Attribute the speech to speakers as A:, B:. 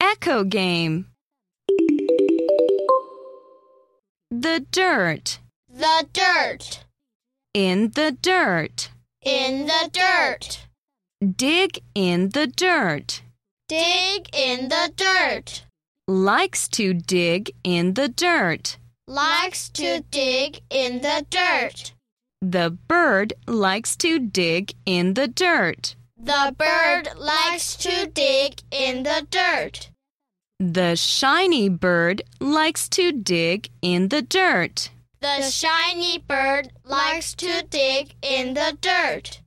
A: Echo game. The dirt.
B: The dirt.
A: In the dirt.
B: In the dirt.
A: Dig in the dirt.
B: Dig in the dirt.
A: Likes to dig in the dirt.
B: Likes to dig in the dirt.
A: The bird likes to dig in the dirt.
B: The bird likes to dig in the dirt.
A: The shiny bird likes to dig in the dirt.
B: The shiny bird likes to dig in the dirt.